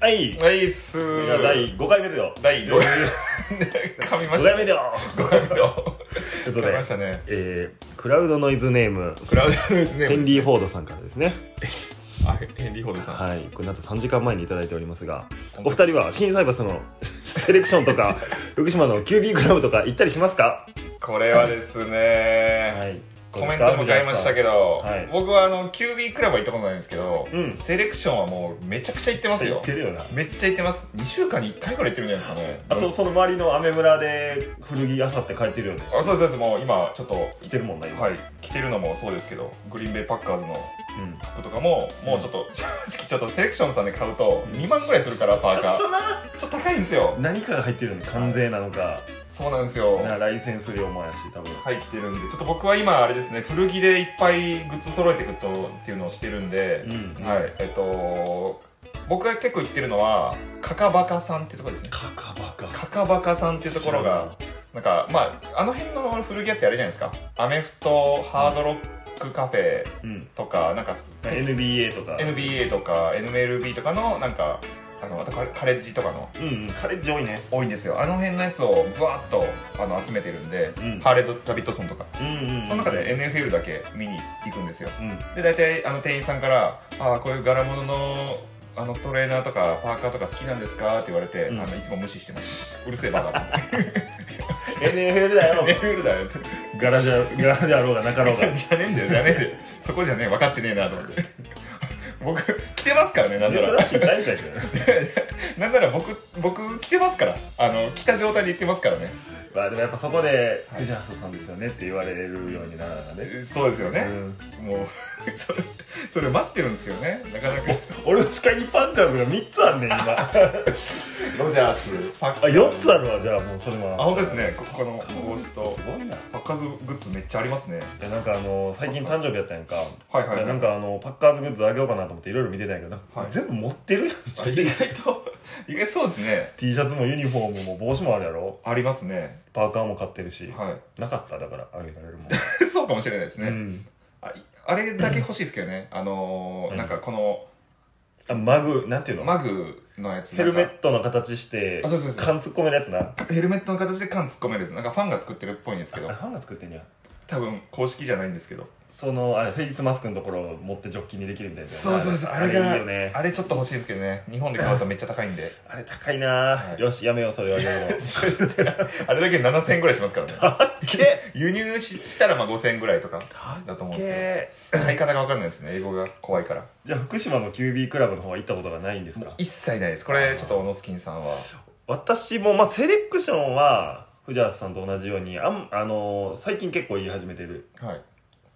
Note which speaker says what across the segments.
Speaker 1: はい
Speaker 2: ナイス
Speaker 1: 今第5回目だよ
Speaker 2: 第5回噛みま
Speaker 1: 5
Speaker 2: した
Speaker 1: 回目だよ
Speaker 2: 5回目
Speaker 1: と
Speaker 2: だ
Speaker 1: いうこと
Speaker 2: 噛み
Speaker 1: で
Speaker 2: まし、たね
Speaker 1: えー、クラウドノイズネーム
Speaker 2: クラウドのズネ
Speaker 1: ヘ
Speaker 2: ー
Speaker 1: ン
Speaker 2: ム
Speaker 1: リー・フォードさんからですね
Speaker 2: あヘンリー・フォードさん
Speaker 1: はいこれなんと3時間前にいただいておりますが
Speaker 2: 本当
Speaker 1: お二人は心斎橋の セレクションと か福島の QB クラブとか行ったりしますか
Speaker 2: これはですね、
Speaker 1: はい
Speaker 2: コメントも買いましたけど、
Speaker 1: はい
Speaker 2: 僕はあの QB クラブは行ったことないんですけど、
Speaker 1: うん
Speaker 2: セレクションはもうめちゃくちゃ行って
Speaker 1: ど
Speaker 2: ます
Speaker 1: 行
Speaker 2: よ
Speaker 1: ってるよな
Speaker 2: めっちゃ行ってます2週間に1回ぐらい行ってるんじゃないですかね
Speaker 1: あとその周りの雨村で古着あさって帰ってるよね
Speaker 2: あそうですそうですもう今ちょっと
Speaker 1: 来てるもんな今、
Speaker 2: はい着てるのもそうですけどグリーンベイパッカーズの
Speaker 1: うん
Speaker 2: 服とかももうちょっと、 正直ちょっとセレクションさんで買うと2万ぐらいするからパーカーちょっと高いんですよ
Speaker 1: 何かが入ってるの関税なのか
Speaker 2: そうなんですよ
Speaker 1: なライセンス料もやし多分
Speaker 2: 入ってるんでちょっと僕は今あれですね古着でいっぱいグッズ揃えていくとっていうのをしてるんで、
Speaker 1: うん
Speaker 2: はいえっと僕が結構行ってるのはカカバカさんってところですね
Speaker 1: カカバカ
Speaker 2: カカバカさんっていうところがなんかまああの辺の古着屋ってあれじゃないですかアメフトハードロックカフェ
Speaker 1: 知らんな、うん
Speaker 2: とかなんか
Speaker 1: まあ、NBA とか、
Speaker 2: NBA とか NMLB とかのなんかあのあとカカレッジとかの
Speaker 1: うんうんカレッジ多いね
Speaker 2: 多いんですよあの辺のやつをブワーッとあの集めてるんで、
Speaker 1: うん
Speaker 2: ハーレッド・ダビッドソンとか
Speaker 1: うんうん、うん、
Speaker 2: その中で NFL だけ見に行くんですよ
Speaker 1: うん
Speaker 2: で大体あの店員さんから「ああこういう柄物のあのトレーナーとかパーカーとか好きなんですか?」って言われて、
Speaker 1: うん
Speaker 2: あのいつも無視してますうるせえバカ
Speaker 1: NFL だ よ
Speaker 2: NFL だよって
Speaker 1: 柄じゃ柄であろうがなか ろうが
Speaker 2: じゃねえんだよじゃねえんだよそこじゃねえ分かってねえなと思って僕着てますからねなんなら
Speaker 1: 珍しい大会じゃない
Speaker 2: なんなら僕僕着てますからあの着た状態で行ってますからね
Speaker 1: まあでもやっぱそこで「
Speaker 2: はい
Speaker 1: 藤原さんですよね」って言われるようにならなかね、
Speaker 2: そうですよ
Speaker 1: う
Speaker 2: ね、
Speaker 1: ん、
Speaker 2: もう それそれ待ってるんですけどねなかなか
Speaker 1: 俺の視界にパンカーズが3つあんねん今 あ
Speaker 2: ロジャースパッ
Speaker 1: 4つあるわじゃあもうそれも
Speaker 2: あ本当ですねここの帽子と
Speaker 1: すごいな
Speaker 2: パッカーズグッズめっちゃありますね
Speaker 1: いやなんかあの最近誕生日やったやんか、
Speaker 2: はいはいはい
Speaker 1: でなんかあのパッカーズグッズあげようかなと思っていろいろ見てたんやけど、
Speaker 2: はい
Speaker 1: 全部持ってるやん
Speaker 2: あ意外と 意外とそうですね
Speaker 1: T シャツもユニフォームも帽子もあるやろ
Speaker 2: ありますね
Speaker 1: パーカーも買ってるし、
Speaker 2: は
Speaker 1: なかっただからあげられるもん、
Speaker 2: い そうかもしれないですね、
Speaker 1: うん
Speaker 2: あいあれだけ欲しいですけどねあのー
Speaker 1: うん
Speaker 2: なんかこの
Speaker 1: あマグなんていうの、
Speaker 2: マグのやつ
Speaker 1: ヘ
Speaker 2: なん
Speaker 1: ル
Speaker 2: か
Speaker 1: メットの形して
Speaker 2: あそうそうそう
Speaker 1: 缶突っ込めるやつな
Speaker 2: ヘルメットの形で缶突っ込めるやつなんかファンが作ってるっぽいんですけ
Speaker 1: あれ
Speaker 2: ど
Speaker 1: ファンが作ってんや
Speaker 2: 多分公式じゃないんですけど
Speaker 1: そのあれフェイスマスクのところを持ってジョッキにできるみたいなやつや
Speaker 2: そ
Speaker 1: な
Speaker 2: うそうそうあれが
Speaker 1: あ
Speaker 2: あ
Speaker 1: れいい
Speaker 2: れ
Speaker 1: よね
Speaker 2: ちょっと欲しいんですけどね日本で買うとめっちゃ高いん で
Speaker 1: あれ高いな、
Speaker 2: はい
Speaker 1: よしやめようそれはやめよう
Speaker 2: あれだけ7000円ぐらいしますからねで輸入ししたらまあ5000円ぐらいとかだと思うんで
Speaker 1: けー
Speaker 2: すけど買い方が分かんないですね英語が怖いから
Speaker 1: じゃあ福島の QB クラブの方は行ったことがないんですか
Speaker 2: 一切ないですこれちょっとオノスキンさんは
Speaker 1: 私も、まあ、セレクションは藤原さんと同じようにあん、あのー最近結構言い始めてる
Speaker 2: はい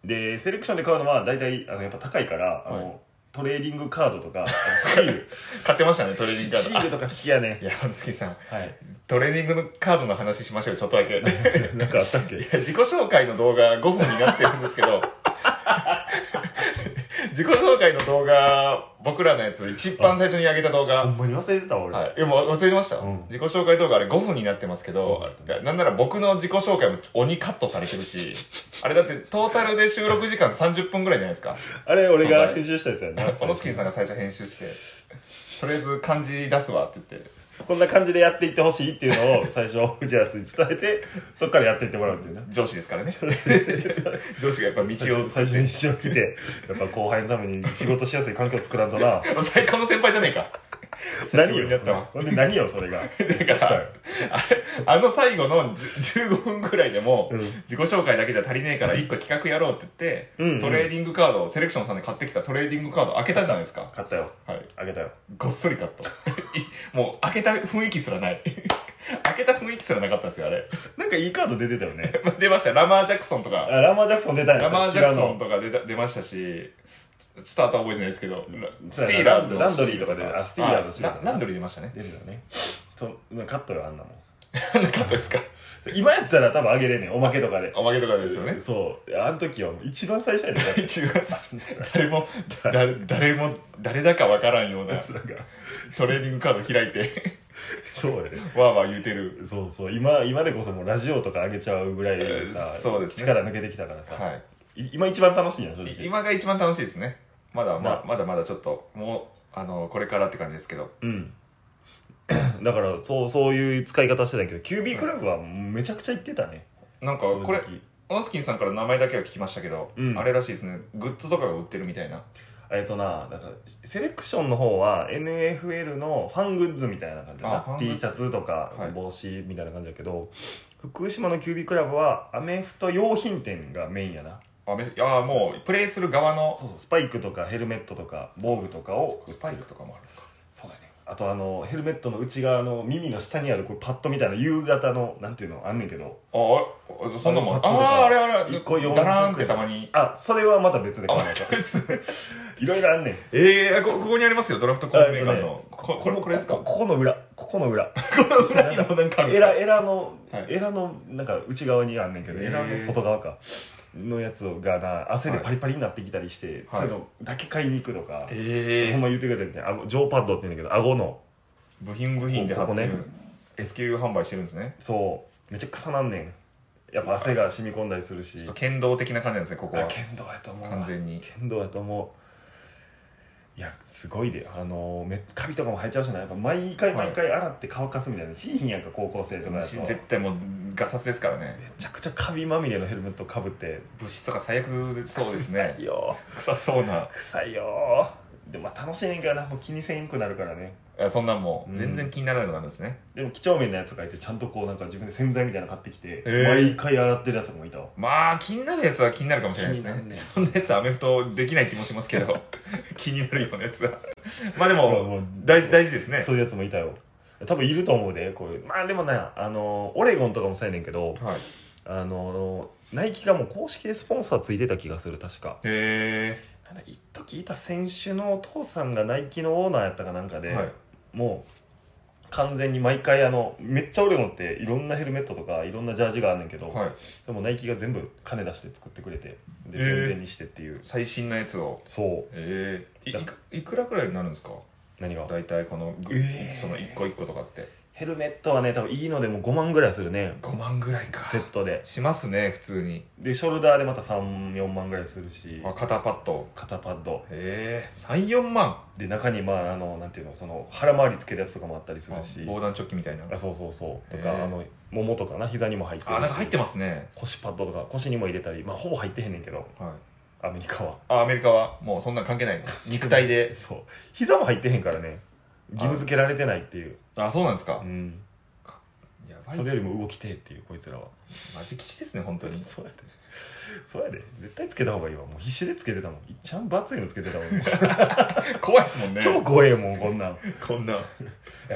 Speaker 1: でセレクションで買うのは大体あのやっぱ高いからあの、
Speaker 2: はい
Speaker 1: トレーディングカードと かシール
Speaker 2: 買ってましたねトレーニングカ
Speaker 1: シ
Speaker 2: ー
Speaker 1: ー
Speaker 2: ド
Speaker 1: ルとか好きやね
Speaker 2: いやオノスキンさん
Speaker 1: はい
Speaker 2: トレーニングのカードの話しましょうよちょっとだけ
Speaker 1: なんかあったっけ
Speaker 2: 自己紹介の動画5分になってるんですけど 自己紹介の動画僕らのやつ一番最初に上げた動
Speaker 1: ほ
Speaker 2: 画
Speaker 1: んまに忘れてたわ俺、
Speaker 2: はい、いやもう忘れてました、
Speaker 1: うん
Speaker 2: 自己紹介動画あれ5分になってますけど
Speaker 1: う、ん
Speaker 2: いやなんなら僕の自己紹介も鬼カットされてるしあれだってトータルで収録時間30分ぐらいじゃないですか
Speaker 1: あれ俺が編集したやつやな
Speaker 2: 小野月さんが最初編集してとりあえず漢字出すわって言って
Speaker 1: こんな感じでやっていってほしいっていうのを最初藤原さんに伝えてそっからやっていってもらうって いうね
Speaker 2: 上司ですからね上司がやっぱ道を
Speaker 1: 最初に一生見てやっぱ後輩のために仕事しやすい環境作らんとな
Speaker 2: 最高の先輩じゃねえか久しぶ
Speaker 1: 何
Speaker 2: りにやったわ
Speaker 1: よほんで何よそれが
Speaker 2: だからあの最後の10 15分ぐらいでも、
Speaker 1: うん
Speaker 2: 自己紹介だけじゃ足りねえから1個企画やろうって
Speaker 1: う
Speaker 2: 言
Speaker 1: ん
Speaker 2: って、
Speaker 1: うん
Speaker 2: トレーディングカードをセレクションさんで買ってきたトレーディングカード開けたじゃないですか、
Speaker 1: 買ったよ
Speaker 2: はい、
Speaker 1: あげたよ
Speaker 2: ごっそりカットい もう開けた雰囲気すらない 開けた雰囲気すらなかったですよあれ
Speaker 1: なんかいいカード出てたよね
Speaker 2: 出ましたラマー・ジャクソンと
Speaker 1: あ
Speaker 2: か
Speaker 1: ラマー・ジャクソン出たんや
Speaker 2: ラマー・ジャクソン
Speaker 1: と
Speaker 2: とか出た出ましたしちょちょっと後は覚えてないですけど、ラスティーラーズの
Speaker 1: ランドリーとかであスティーラーのシール
Speaker 2: あラランドリー出ましたね
Speaker 1: 出るよねそカットよあんなもん
Speaker 2: なかったですか
Speaker 1: 今やったら多分あげれんねんおまけとかで
Speaker 2: おまけとかですよ ね
Speaker 1: そうあの時はもう一番最初やね んだって
Speaker 2: 一番最初に誰も誰誰も誰だかわからんような
Speaker 1: やつらが
Speaker 2: トレーディングカード開いて
Speaker 1: そうやね
Speaker 2: わーわー言うてる
Speaker 1: そうそう今今でこそもうラジオとか上げちゃうぐらいでさ、
Speaker 2: えーそうですね
Speaker 1: 力抜けてきたからさ、
Speaker 2: はい
Speaker 1: 今一番楽しいやん正
Speaker 2: い
Speaker 1: 直
Speaker 2: 今が一番楽しいですねまだま
Speaker 1: な
Speaker 2: まだまだちょっともうあのこれからって感じですけど
Speaker 1: うん。 だから、そう、そういう使い方してたけど、キュービークラブはめちゃくちゃ行ってたね。
Speaker 2: なんかこれ
Speaker 1: 正直
Speaker 2: オンスキンさんから名前だけは聞きましたけど、
Speaker 1: うん
Speaker 2: あれらしいですねグッズとかが売ってるみたいな
Speaker 1: えっとな、だから、セレクションの方は NFL のファングッズみたいな感じだ
Speaker 2: あファ
Speaker 1: な。
Speaker 2: ングッズ
Speaker 1: T シャツとか
Speaker 2: はい
Speaker 1: 帽子みたいな感じだけど、福島のキュービークラブはアメフト用品店がメインやな。
Speaker 2: あめいやーもうプレイする側の
Speaker 1: そうそう、スパイクとかヘルメットとか防具とかを売ってる
Speaker 2: スパイクとかもあるのか
Speaker 1: そうだねあとあのヘルメットの内側の耳の下にあるこうパッドみたいな夕方のなんていうのあんねんけど
Speaker 2: ああれそんなもんあ
Speaker 1: あの
Speaker 2: あーあれあれ
Speaker 1: 一個400円
Speaker 2: ダラーンってたまに
Speaker 1: あそれはまた別で
Speaker 2: あ
Speaker 1: 考
Speaker 2: ま
Speaker 1: えた
Speaker 2: た別
Speaker 1: いろいろあんねん
Speaker 2: ええー、こここにありますよドラフトコンペ
Speaker 1: あえっ
Speaker 2: 館
Speaker 1: と
Speaker 2: の、ここれこれですか
Speaker 1: こここの裏ここの裏
Speaker 2: 裏にもなんかあるんで
Speaker 1: エ
Speaker 2: すか
Speaker 1: ラエラの、
Speaker 2: はい
Speaker 1: エラのなんか内側にあんねんけど
Speaker 2: へー
Speaker 1: エラの外側かのやつがな汗でパリパリになってきたりして、
Speaker 2: は
Speaker 1: そ
Speaker 2: い
Speaker 1: ういうのだけ買いに行くとか、
Speaker 2: ええ
Speaker 1: ほん
Speaker 2: ー、
Speaker 1: ま言ってくれてるねあジョーパッドって言うんだけど顎の
Speaker 2: 部品部品で貼ってる
Speaker 1: ここね
Speaker 2: S q 販売してるんですね
Speaker 1: そうめっちゃ臭なんねんやっぱ汗が染み込んだりするし
Speaker 2: ちょっと剣道的な感じなんですねここ
Speaker 1: あ
Speaker 2: は
Speaker 1: 剣道やと思うわ
Speaker 2: 完全に
Speaker 1: 剣道やと思ういやすごいであのめカビとかも生えちゃうしなやっぱ毎回
Speaker 2: はい
Speaker 1: 毎回洗って乾かすみたいなひいひんやんか高校生とかやとめ
Speaker 2: 絶対もうガサツですからね
Speaker 1: ちゃくちゃカビまみれのヘルメットかぶって
Speaker 2: 物質とか最悪そうですね
Speaker 1: 臭いよ
Speaker 2: 臭そうな
Speaker 1: 臭いよでもまあ楽しいねんからなもう気にせんくなるからね
Speaker 2: あそんなんも
Speaker 1: う
Speaker 2: うん全然気にならなくなるんですね、
Speaker 1: でも几帳面なやつがいてちゃんとこうなんか自分で洗剤みたいなの買ってきて、
Speaker 2: えー
Speaker 1: 毎回洗ってるやつもいたわ
Speaker 2: まあ気になるやつは気になるかもしれな
Speaker 1: 気に
Speaker 2: いです
Speaker 1: な
Speaker 2: ね
Speaker 1: んね
Speaker 2: そんなやつアメフトできない気もします けど気になるようなやつはまあで
Speaker 1: まあ
Speaker 2: も
Speaker 1: もう
Speaker 2: 大事大事です ね
Speaker 1: そういうやつもいたよ多分いると思うでこういうまあでもなあのオレゴンとかもそうやねんけど、
Speaker 2: はい、
Speaker 1: あのナイキがもう公式でスポンサーついてた気がする確か
Speaker 2: へ
Speaker 1: なんか一時いた選手のお父さんがナイキのオーナーやったかなんか
Speaker 2: え、
Speaker 1: で、
Speaker 2: はい、
Speaker 1: もう完全に毎回あのめっちゃオレゴンっていろんなヘルメットとかいろんなジャージがあんねんけど、
Speaker 2: はい、
Speaker 1: でもナイキが全部金出して作ってくれてで
Speaker 2: えー
Speaker 1: 宣伝にしてっていう、
Speaker 2: 最新のやつを
Speaker 1: そう
Speaker 2: ええいいくいくらくらいになるんですか
Speaker 1: 何が
Speaker 2: 大体この、ぐ
Speaker 1: ええ
Speaker 2: その1個1個とかって
Speaker 1: ヘルメットはね多分いいのでも5万ぐらいするね
Speaker 2: 5万ぐらいか
Speaker 1: セットで
Speaker 2: しますね普通に
Speaker 1: でショルダーでまた34万ぐらいするし
Speaker 2: あ肩パッド
Speaker 1: 肩パッド
Speaker 2: へえ34万
Speaker 1: で中にまああのなんていうのその腹回りつけるやつとかもあったりするし
Speaker 2: 防弾チョッキみたいな
Speaker 1: あそうそうそうと
Speaker 2: へ
Speaker 1: か
Speaker 2: ー
Speaker 1: あのももとかな膝にも入ってる
Speaker 2: あ
Speaker 1: し
Speaker 2: なんか入ってますね
Speaker 1: 腰パッドとか腰にも入れたりまあほぼ入ってへんねんけど
Speaker 2: はい
Speaker 1: アメリカは
Speaker 2: あアメリカはもうそんなん関係ないの肉体で
Speaker 1: そう膝も入ってへんからね義務付けられてないっていう、
Speaker 2: あそうなんですか
Speaker 1: うん、
Speaker 2: やばい
Speaker 1: そ
Speaker 2: っ
Speaker 1: れ
Speaker 2: す
Speaker 1: よりも動きてえっていうこいつらは
Speaker 2: マジ基地ですね本当に
Speaker 1: そうやでそうやで絶対つけた方がいいわもう必死でつけてたもんいっちゃん分厚いのつけてたもん
Speaker 2: 怖いですもんね
Speaker 1: 超怖えもんこんなんい
Speaker 2: こんな
Speaker 1: や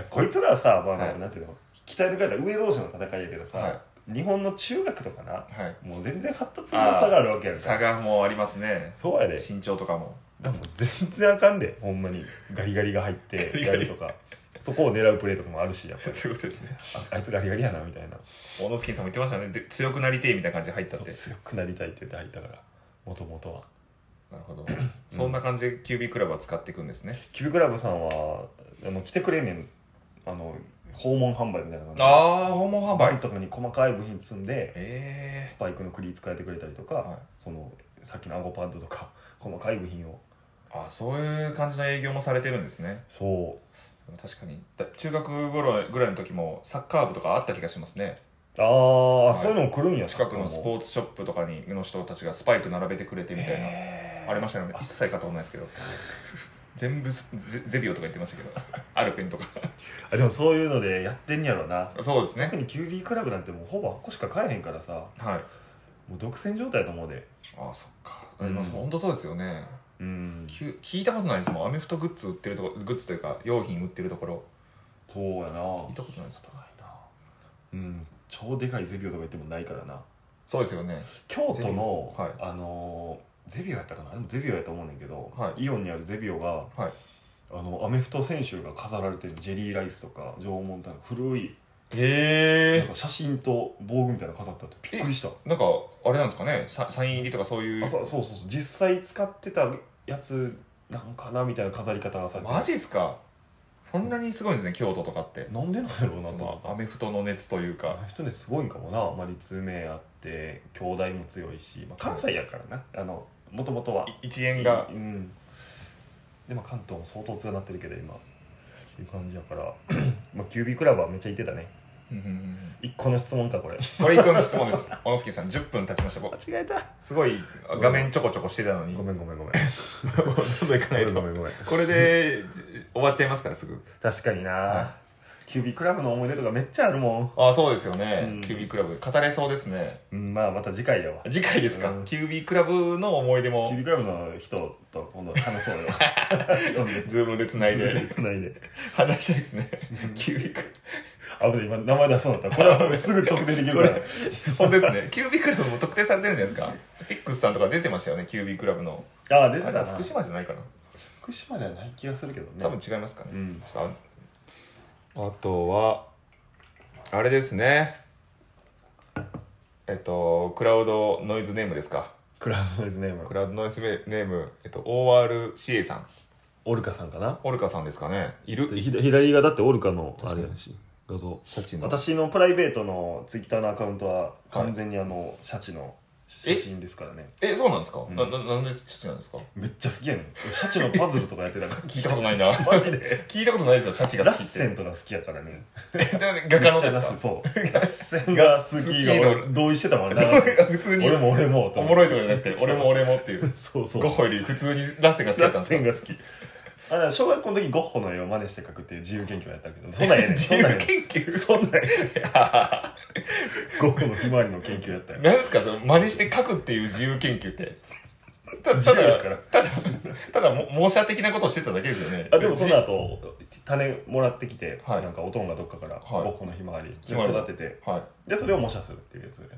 Speaker 1: こいつらはさまあ、
Speaker 2: はい
Speaker 1: なんていうの鍛え抜かれた上同士の戦いやけどさ、
Speaker 2: は
Speaker 1: 日本の中学とかな
Speaker 2: はい
Speaker 1: もう全然発達の差があるわけやん
Speaker 2: 差
Speaker 1: か
Speaker 2: がもうありますね
Speaker 1: そうやで
Speaker 2: 身長とかも
Speaker 1: でも全然あかんでほんまにガリガリが入って
Speaker 2: ガリ
Speaker 1: や
Speaker 2: ガリ
Speaker 1: るとかそこを狙うプレーとかもあるしやっぱり
Speaker 2: そういうことですね
Speaker 1: ああいつガリガリやなみたいな
Speaker 2: 小野助さんも言ってましたねで強くなりてえみたいな感じで入ったっ
Speaker 1: そう
Speaker 2: て
Speaker 1: 強くなりたいって言って入ったからもともとは
Speaker 2: なる ほどそんな感じでキュービークラブは使っていくんですね
Speaker 1: キュークラブさんはあの来てくれんねんあの訪問販売みたいな感じで
Speaker 2: ああ訪問販
Speaker 1: バ
Speaker 2: 売
Speaker 1: リとかに細かい部品積んで
Speaker 2: え
Speaker 1: スパイクのクリ使えてくれたりとか、
Speaker 2: えはい
Speaker 1: そのさっきのアゴパッドとか 細かい部品を
Speaker 2: あそういう感じの営業もされてるんですね
Speaker 1: そ
Speaker 2: 確かにだ中学頃ぐらいの時もサッカー部とかあった気がしますね
Speaker 1: うああ、
Speaker 2: い
Speaker 1: そういうのも来るんや
Speaker 2: 近くのス
Speaker 1: ーツ
Speaker 2: ポーツショップとかにの人たちがスパイク並べてくれてみたいな、ありましたよね一切買ったことないです けど全部スゼゼビオとか言ってましたけど アルペンとか
Speaker 1: あでもそういうのでやってんやろな
Speaker 2: そうですね
Speaker 1: 特に QB クラブなんてもうほぼ8個しか買えへんからさ
Speaker 2: はい
Speaker 1: もう独占状態だと思うで
Speaker 2: あそっか、
Speaker 1: うん
Speaker 2: まあ本当そうですよね
Speaker 1: うん
Speaker 2: きゅ聞いたことないですもんアメフトグッズ売ってるとこグッズというか用品売ってるところ
Speaker 1: そうやな
Speaker 2: 聞いたことないです
Speaker 1: うん超でかいゼビオとか言ってもないからな
Speaker 2: そうですよね
Speaker 1: 京都
Speaker 2: ゼビ
Speaker 1: の
Speaker 2: オ、はい
Speaker 1: あのーゼビオやったかなでもゼビオやと思うねんけど、
Speaker 2: は
Speaker 1: イオンにあるゼビオが
Speaker 2: はい
Speaker 1: あのアメフト選手が飾られてるジェリーライスとか縄文とか古いなん
Speaker 2: へ
Speaker 1: か写真と防具みたいなの飾ってあってびっくりした
Speaker 2: えんかあれなんですかねササイン入りとかそういう
Speaker 1: あそうそうそうそう実際使ってたやつなんかなみたいな飾り方がされてる
Speaker 2: マジですかこんなにすごいんですね京都とかって
Speaker 1: なんでなんやろうな
Speaker 2: そ
Speaker 1: と思っ
Speaker 2: の
Speaker 1: た
Speaker 2: アメフトの熱という
Speaker 1: あ
Speaker 2: か
Speaker 1: の人ねすごいんかもな、まあ、立命あって兄弟も強いし、まあ、関西やからなあのもともとはい
Speaker 2: 一円が
Speaker 1: うんでまあ関東も相当強なってるけど今っていう感じやから まあキュービークラブはめっちゃ行ってたね
Speaker 2: うんうんうん
Speaker 1: 一個の質問かこれ
Speaker 2: これ一個目の質問です小野助さん10分経ちました僕
Speaker 1: 間違えた
Speaker 2: すごい画面ちょこちょこしてたのに
Speaker 1: ごめんごめんごめん
Speaker 2: どんどん行かない
Speaker 1: ご
Speaker 2: と
Speaker 1: めんごめん
Speaker 2: これでじ終わっちゃいますからすぐ
Speaker 1: 確かにな、
Speaker 2: は
Speaker 1: キュービークラブの思い出とかめっちゃあるもん
Speaker 2: ああそうですよ
Speaker 1: う
Speaker 2: ね
Speaker 1: ん
Speaker 2: キュービークラブ語れそうですね
Speaker 1: うんまあまた次回やわ
Speaker 2: 次回ですか
Speaker 1: うん
Speaker 2: キュービークラブの思い出
Speaker 1: キュー
Speaker 2: も
Speaker 1: ビークラブの人と今度話そうよ今度
Speaker 2: ズームでつな いで
Speaker 1: つないで
Speaker 2: 話したいですねキュービーク
Speaker 1: あぶね今名前出そうだったこれはもう すぐ特定できるか
Speaker 2: これ
Speaker 1: ら
Speaker 2: 本当ですねキュービークラブも特定されてるんじゃないですかピックスさんとか出てましたよねキュービークラブの
Speaker 1: ああ出て
Speaker 2: あ
Speaker 1: た
Speaker 2: れ
Speaker 1: な
Speaker 2: は福島じゃないかな
Speaker 1: 福島ではない気がするけどね
Speaker 2: 多分違いますかね
Speaker 1: うん
Speaker 2: ちょっとああとはあれですねえっとクラウドノイズネームですか
Speaker 1: クラウドノイズネーム
Speaker 2: クラウドノイズネーム、えっと、ORCA さん
Speaker 1: オルカさんかな
Speaker 2: オルカさんですかねいる
Speaker 1: ひ左がだってオルカのあれやし画像
Speaker 2: シャチの
Speaker 1: 私のプライベートのツイッターのアカウントは完全にあの、シャチの写真ですからね
Speaker 2: えそうなんですか、
Speaker 1: ん
Speaker 2: なななんでシャチなんですか
Speaker 1: めっちゃ好きやねん俺シャチのパズルとかやってたから
Speaker 2: 聞いたことないな
Speaker 1: マジで
Speaker 2: 聞いたことないですよシャチが
Speaker 1: ラッ
Speaker 2: 好きって
Speaker 1: センとか好きやからね
Speaker 2: でもね画家の
Speaker 1: めっちゃ
Speaker 2: で
Speaker 1: ラッセン
Speaker 2: すか
Speaker 1: そうラッセンが好きが俺同意してたもんな
Speaker 2: 普通に
Speaker 1: 俺も俺も
Speaker 2: おもろいとか
Speaker 1: か
Speaker 2: じゃなくて俺も俺もっていう
Speaker 1: そうそう
Speaker 2: ゴッホより普通にラッセンが好きだ
Speaker 1: ラ
Speaker 2: った
Speaker 1: ッ
Speaker 2: んです
Speaker 1: セ
Speaker 2: か
Speaker 1: ンが好きあだから小学校の時ゴッホの絵を真似して描くっていう自由研究をやったけどそんなんやねん
Speaker 2: 自
Speaker 1: そんなんや
Speaker 2: 由
Speaker 1: ねん
Speaker 2: 研究
Speaker 1: そんなんやねん ゴッホのひまわりの研究やったよ
Speaker 2: 何ですかその真似して書くっていう自由研究ってたた
Speaker 1: 自由
Speaker 2: だ
Speaker 1: だから
Speaker 2: ただただも猛者的なことをしてただけですよね
Speaker 1: あでもその
Speaker 2: は
Speaker 1: 後種もらってきて、
Speaker 2: はい
Speaker 1: なんかおとんがどっかから、
Speaker 2: はい
Speaker 1: ゴッホのひまわり
Speaker 2: ひまわり
Speaker 1: 育てて
Speaker 2: い
Speaker 1: でそれを模写するっていうやつやね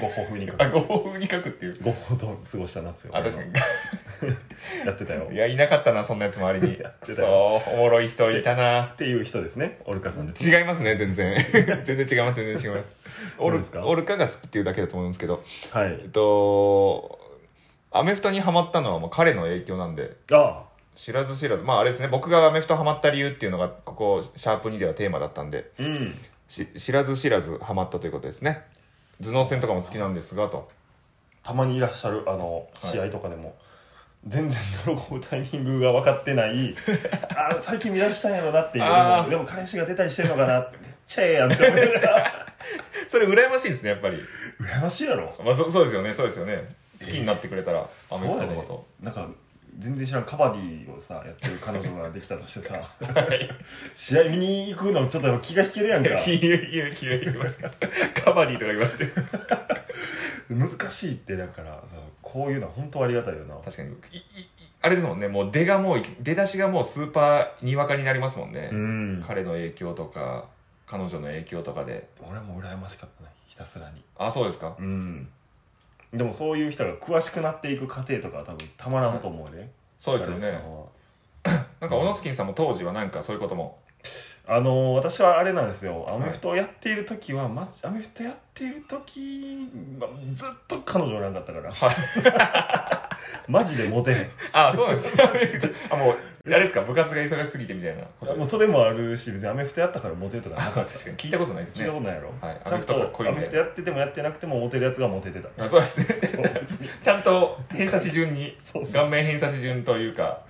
Speaker 1: ゴッホ風に描
Speaker 2: あ
Speaker 1: く
Speaker 2: ゴッホ風に書くっていう
Speaker 1: ゴッホと過ごした夏よ
Speaker 2: あ確かに
Speaker 1: やってたよ
Speaker 2: いやいなかったなそんなやつ周りに
Speaker 1: やって
Speaker 2: く
Speaker 1: た
Speaker 2: そ
Speaker 1: よ
Speaker 2: おもろい人いたな
Speaker 1: っていう人ですねオルカさんです
Speaker 2: 違いますね全然 全然違います全然違いますオ
Speaker 1: 何
Speaker 2: ル
Speaker 1: ですか
Speaker 2: オルカが好きっていうだけだと思うんですけど
Speaker 1: は
Speaker 2: え
Speaker 1: い
Speaker 2: っとアメフトにハマったのはもう彼の影響なんで
Speaker 1: あ
Speaker 2: 知らず知らずまああれですね僕がアメフトハマった理由っていうのがここシャープ2ではテーマだったんで
Speaker 1: あうん
Speaker 2: し知らず知らずハマったということですね頭脳戦とかも好きなんですがと
Speaker 1: たまにいらっしゃるあの
Speaker 2: はい
Speaker 1: 試合とかでも、全然喜ぶタイミングが分かってない あー最近見出したんやろなっていう
Speaker 2: あー
Speaker 1: でも彼氏が出たりしてるのかなめっちゃええやんって思いながら
Speaker 2: それ羨ましいですねやっぱり、
Speaker 1: 羨ましいやろ
Speaker 2: まあ、そそうですよねそうですよね好きになってくれたら、アメフトのこと、
Speaker 1: そうだねなんか全然知らんカバディをさやってる彼女ができたとして さ試合見に行くのちょっと気が引ける やんか
Speaker 2: 金融金融金融言いますかカバディとか言われて
Speaker 1: 難しいってだからさこういうのは本当ありがたいよな
Speaker 2: 確かにいいいあれですもんねもう出がもう出だしがもうスーパーにわかになりますもんね、
Speaker 1: うん
Speaker 2: 彼の影響とか彼女の影響とかで
Speaker 1: 俺も羨ましかったねひたすらに
Speaker 2: あそうですか、
Speaker 1: うんでもそういう人が詳しくなっていく過程とかは多分たまらんと思うね、
Speaker 2: そうですよ
Speaker 1: 彼氏さ
Speaker 2: ね
Speaker 1: んは
Speaker 2: なんかオノスキンさんも当時はなんかそういうことも
Speaker 1: あのー私はあれなんですよアメフトをやっている時は、マジアメフトやっている時はずっと彼女おらんかったから、 マジでモテへん
Speaker 2: あそうなんです かあもうあれですか部活が忙しすぎてみたいなことです
Speaker 1: もうそれもあるし別にアメフトやったからモテるとかな
Speaker 2: あ
Speaker 1: か
Speaker 2: 確
Speaker 1: っ
Speaker 2: か
Speaker 1: た
Speaker 2: に 聞いたことないです
Speaker 1: 聞い
Speaker 2: ね
Speaker 1: たことないやろ、
Speaker 2: はい
Speaker 1: ちゃんと
Speaker 2: アメフトかっこいい
Speaker 1: ア
Speaker 2: み
Speaker 1: メ
Speaker 2: たいな
Speaker 1: フトやっててもやってなくてもモテるやつがモテてた
Speaker 2: あそうですね
Speaker 1: そう別に
Speaker 2: ちゃんと偏差値順に
Speaker 1: そうそう
Speaker 2: 顔面偏差値順というか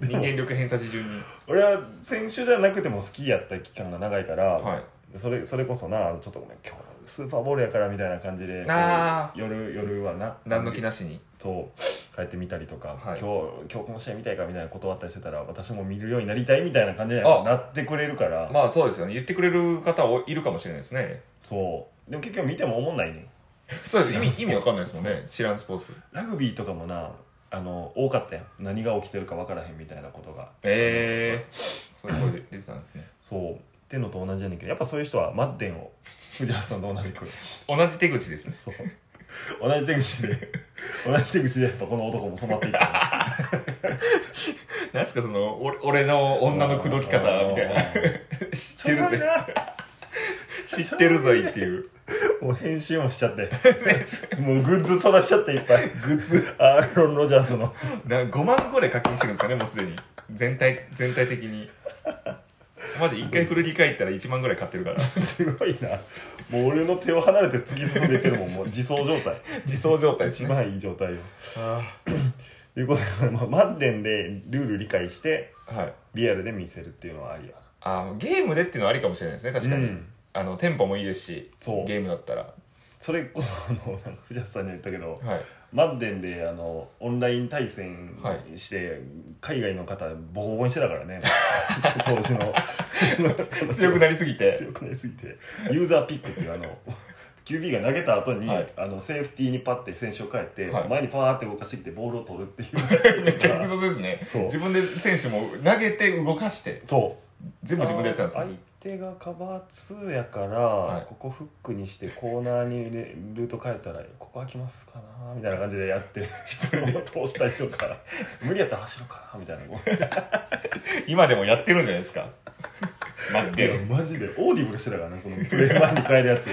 Speaker 2: 人間力偏差値順に
Speaker 1: 俺は選手じゃなくても好きやった期間が長いから、
Speaker 2: はい
Speaker 1: それそれこそなあのちょっとごめん今日スーパーボールやからみたいな感じで
Speaker 2: あー
Speaker 1: 夜夜はな
Speaker 2: 何の気なしに
Speaker 1: そう帰ってみたりとか、
Speaker 2: はい
Speaker 1: 今日今日この試合見たいかみたいな断ったりしてたら私も見るようになりたいみたいな感じに
Speaker 2: あ
Speaker 1: なってくれるから、
Speaker 2: まあそうですよね言ってくれる方おいるかもしれないですね
Speaker 1: そうでも結局見ても思んないね
Speaker 2: そうです意
Speaker 1: 知らんスポー
Speaker 2: 味
Speaker 1: ツ
Speaker 2: 意味わかんないですもんね知らんスポーツ
Speaker 1: ラグビーとかもなあの多かったやん何が起きてるか分からへんみたいなことが
Speaker 2: ええー、そういう声で出てたんですね
Speaker 1: そうっていうのと同じやねんけどやっぱそういう人はマッデンを藤原さんと同じく
Speaker 2: 同じ手口ですね
Speaker 1: そう同じ手口で同じ手口でやっぱこの男も染まっていったね
Speaker 2: 何すかその俺俺の 女の口説き方みた いな 知ってるぜ知ってるぞいっていう
Speaker 1: もう編集もしちゃってもうグッズそらしちゃっていっぱいグッズアーロン・ロジャースの
Speaker 2: な5万ぐらい課金してるんですかねもうすでに全体全体的にマジ一回古着帰ったら1万ぐらい買ってるから
Speaker 1: すごいなもう俺の手を離れて突き進んでいってるもんもう自走状態
Speaker 2: 自走状態です
Speaker 1: 一
Speaker 2: ね
Speaker 1: 番いい状態よっ
Speaker 2: あ
Speaker 1: いうことで、まあ、マッデンでルール理解して
Speaker 2: はい
Speaker 1: リアルで見せるっていうのはありや
Speaker 2: あーゲームでっていうのはありかもしれないですね確かに、
Speaker 1: うん
Speaker 2: あのテンポもいいですし
Speaker 1: そう
Speaker 2: ゲームだったらは
Speaker 1: それこそあのなんか藤橋さんに言ったけど
Speaker 2: い
Speaker 1: マッデンであのオンライン対戦
Speaker 2: はい
Speaker 1: して、海外の方ボコボコにしてたからね 当時の
Speaker 2: 強くなりすぎて
Speaker 1: 強くなりすぎてユーザーピックっていうあ の QB が投げた後に、
Speaker 2: はい
Speaker 1: あのセーフティーにパッて選手を変えて、
Speaker 2: はい
Speaker 1: 前にパーって動かしてきてボールを取るっていう
Speaker 2: めっちゃ複雑ですね
Speaker 1: そう
Speaker 2: 自分で選手も投げて動かして
Speaker 1: そう
Speaker 2: 全部自分でやってたんですよ
Speaker 1: 相手がカバー2やから、
Speaker 2: い
Speaker 1: ここフックにしてコーナーに入れルート変えたらここ開きますかなみたいな感じでや って質問を通したりとか無理やったら走ろうかなみたいな
Speaker 2: 今でもやってるんじゃない ですか待っ
Speaker 1: いや
Speaker 2: て
Speaker 1: マジでオーディブルしてたからねそのプレー前に変える やつ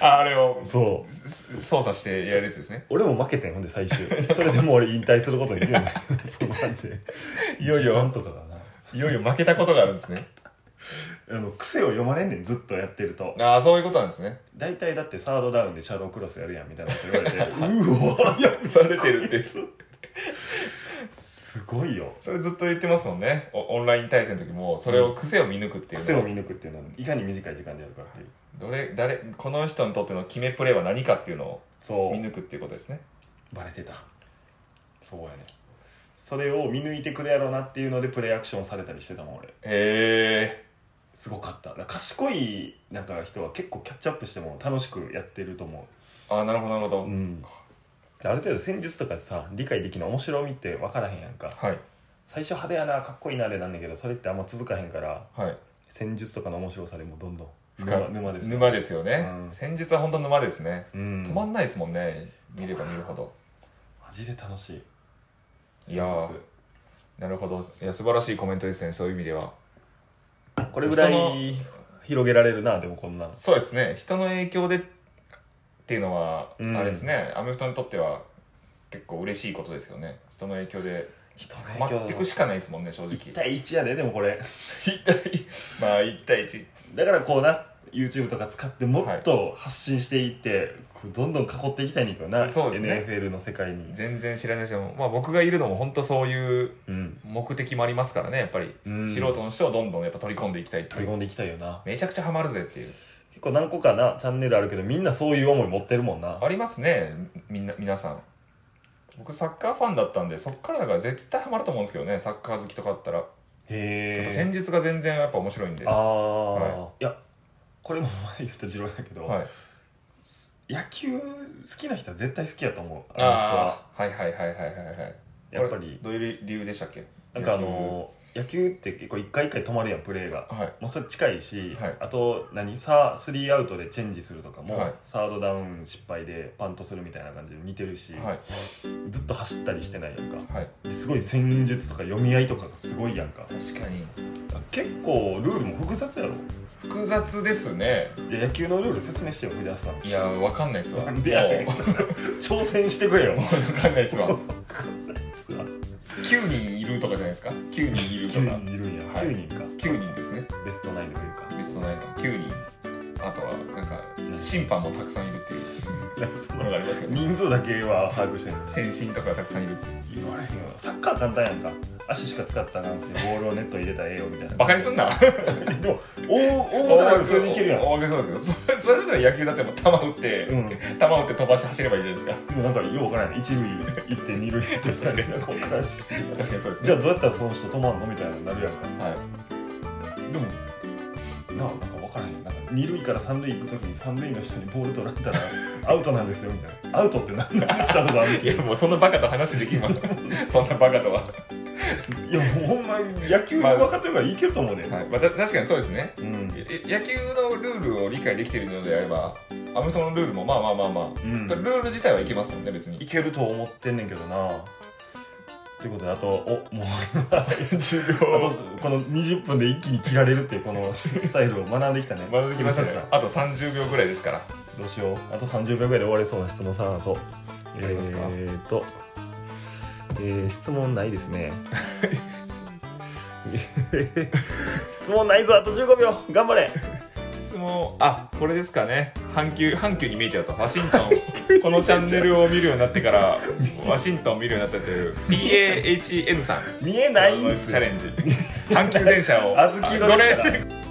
Speaker 2: ああれを
Speaker 1: そう
Speaker 2: す操作してやるやつですね
Speaker 1: 俺も負けてんほんで最終それでもう俺引退することになるよね そうなんで
Speaker 2: いよいよ
Speaker 1: おじさんとかがない
Speaker 2: よいよ負けたことがあるんですね
Speaker 1: あの癖を読まれんねんずっとやってると
Speaker 2: ああそういうことなんですね
Speaker 1: 大体だってサードダウンでシャドークロスやるやんみたいなこと言われてうわや
Speaker 2: バレてるって
Speaker 1: すごいよ
Speaker 2: それずっと言ってますもんねおオンライン対戦の時もそれを癖を見抜くっていう
Speaker 1: 癖
Speaker 2: のは
Speaker 1: を見抜くっていうのはいかに短い時間でやるかっていう
Speaker 2: どれ誰この人にとっての決めプレーは何かっていうの
Speaker 1: そ
Speaker 2: を見
Speaker 1: う
Speaker 2: 抜くっていうことですね
Speaker 1: バレてたそうやねそれを見抜いてくれやろうなっていうのでプレイアクションされたりしてたもん俺
Speaker 2: へ
Speaker 1: すごかっただから賢いなんか人は結構キャッチアップしても楽しくやってると思
Speaker 2: えああなるほどなるほど、
Speaker 1: う、うん、ある程度戦術とかさ理解できる面白みって分からへんやんか
Speaker 2: はい
Speaker 1: 最初派手やなかっこいいなでなんだけどそれってあんま続かへんから
Speaker 2: はい
Speaker 1: 戦術とかの面白さでもどんどん
Speaker 2: 深い
Speaker 1: 沼沼ですよ
Speaker 2: 沼ですよね、
Speaker 1: うん
Speaker 2: 先日は本当沼ですね
Speaker 1: うん
Speaker 2: 止まんないですもんね、見れば見るほど
Speaker 1: マジで楽しい
Speaker 2: いやーなるほどいや素晴らしいコメントですねそういう意味では
Speaker 1: これぐら
Speaker 2: 人の
Speaker 1: い広げられるなでもこんなの
Speaker 2: そうですね人の影響でっていうのは、
Speaker 1: うん
Speaker 2: あれですねアメフトにとっては結構嬉しいことですよね人の影響で
Speaker 1: 人
Speaker 2: ハマってくしかないですもんね正直
Speaker 1: 1対1やででもこれ
Speaker 2: 1対 まあ1対1
Speaker 1: だからこうな YouTube とか使ってもっと発信していって、こうどんどん囲っていきたいねんけどな
Speaker 2: そうですね
Speaker 1: NFL の世界に、
Speaker 2: 全然知らない人も、まあ、僕がいるのも本当そういう
Speaker 1: うん、
Speaker 2: 目的もありますからねやっぱり、
Speaker 1: うん
Speaker 2: 素人の人をどんどんやっぱ取り込んでいきたいって
Speaker 1: 取
Speaker 2: い
Speaker 1: り込
Speaker 2: うん
Speaker 1: でいきたいよな
Speaker 2: めちゃくちゃハマるぜっていう
Speaker 1: 結構何個かなチャンネルあるけどみんなそういう思い持ってるもんな
Speaker 2: ありますねみんな皆さん僕サッカーファンだったんでそっからだから絶対ハマると思うんですけどねサッカー好きとかあったら、やっぱ
Speaker 1: へ
Speaker 2: 戦術が全然やっぱ面白いんで
Speaker 1: えあ
Speaker 2: は
Speaker 1: あ、、
Speaker 2: はい
Speaker 1: やこれも前言った次郎やけど、
Speaker 2: い
Speaker 1: 野球好きな人は絶対好きやと思う
Speaker 2: ああはいはいはいはいはいはい
Speaker 1: あの人はやっぱり
Speaker 2: これどういう理由でしたっけ
Speaker 1: なんかあの野球って結構一回一回止まるやんプレーが
Speaker 2: 野球はい
Speaker 1: もうそれ近いし、
Speaker 2: はい
Speaker 1: あと何さスリーアウトでチェンジするとかも、
Speaker 2: はい
Speaker 1: サードダウン失敗でパントするみたいな感じで似てるし、
Speaker 2: はい
Speaker 1: ずっと走ったりしてないやんか
Speaker 2: はい
Speaker 1: ですごい戦術とか読み合いとかがすごいやんか
Speaker 2: 確かに
Speaker 1: 結構ルールも複雑やろ
Speaker 2: 複雑ですね
Speaker 1: いや野球のルール説明してよ藤田さん
Speaker 2: いやわかんないっすわ
Speaker 1: なんでやねん
Speaker 2: もう
Speaker 1: 挑戦してく れよ
Speaker 2: わかんないっすわ
Speaker 1: 実は
Speaker 2: 9人いるとかじゃないですか9人いるとか
Speaker 1: 9人いるんや、
Speaker 2: はい
Speaker 1: 9人か
Speaker 2: 9人ですね
Speaker 1: ベストナインというか
Speaker 2: ベストナインの9人あとはなんか審判もたくさんいるっていう
Speaker 1: そ
Speaker 2: の
Speaker 1: の
Speaker 2: がありますよね
Speaker 1: 人数だけは把握してる
Speaker 2: 先進とかたくさんいる
Speaker 1: 言われへんわサッカー簡単やんか足しか使ったら なんてボールをネット入れたらええよみたいな
Speaker 2: バカにすんな
Speaker 1: でも大大型は普通にいけるやん
Speaker 2: 大枠そうですよそれそれだったら野球だってもう球打って、
Speaker 1: うん
Speaker 2: 球打って飛ばして走ればいいじゃないですか
Speaker 1: でもなんかようわからない一塁行って二塁行って
Speaker 2: 確かに
Speaker 1: なんかわからんし
Speaker 2: 確かにそうですね
Speaker 1: じゃあどうやったらその人止まんのみたいなのになるやんか
Speaker 2: はい
Speaker 1: でもなあなんかわからへんなんか二塁から三塁行く時に三塁の人にボール取られたらアウトなんですよみたいなアウトって何なんですかとかあるし
Speaker 2: いやもうそんなバカと話できますそんなバカとは、
Speaker 1: いやもうほんま野球分かってるからいけると思うね、
Speaker 2: はいまあ、た確かにそうですね
Speaker 1: うん
Speaker 2: え野球のルールを理解できているのであればアメフトのルールもまあまあまあまあ、
Speaker 1: うん
Speaker 2: ルール自体はいけますもんね別に
Speaker 1: いけると思ってんねんけどなっていうことであとおもう あ
Speaker 2: 10
Speaker 1: とこの20分で一気に切られるっていうこのスタイルを学んできたね
Speaker 2: まだできましたね
Speaker 1: さ
Speaker 2: あと30秒ぐらいですから
Speaker 1: どうしようあと30秒ぐらいで終われそうな質問探そう
Speaker 2: やりますか
Speaker 1: えー、と、えー質問ないです ね質問ないぞあと15秒頑張れ
Speaker 2: 質問あこれですかね阪急阪急に見えちゃうとワシントンこのチャンネルを見るようになってからワシントンを見るようになったという BAHN さん
Speaker 1: 見えないん
Speaker 2: の
Speaker 1: す
Speaker 2: チ
Speaker 1: よ
Speaker 2: ャレンジ阪急電車を
Speaker 1: 小豆色
Speaker 2: 奴
Speaker 1: で
Speaker 2: 隷
Speaker 1: すから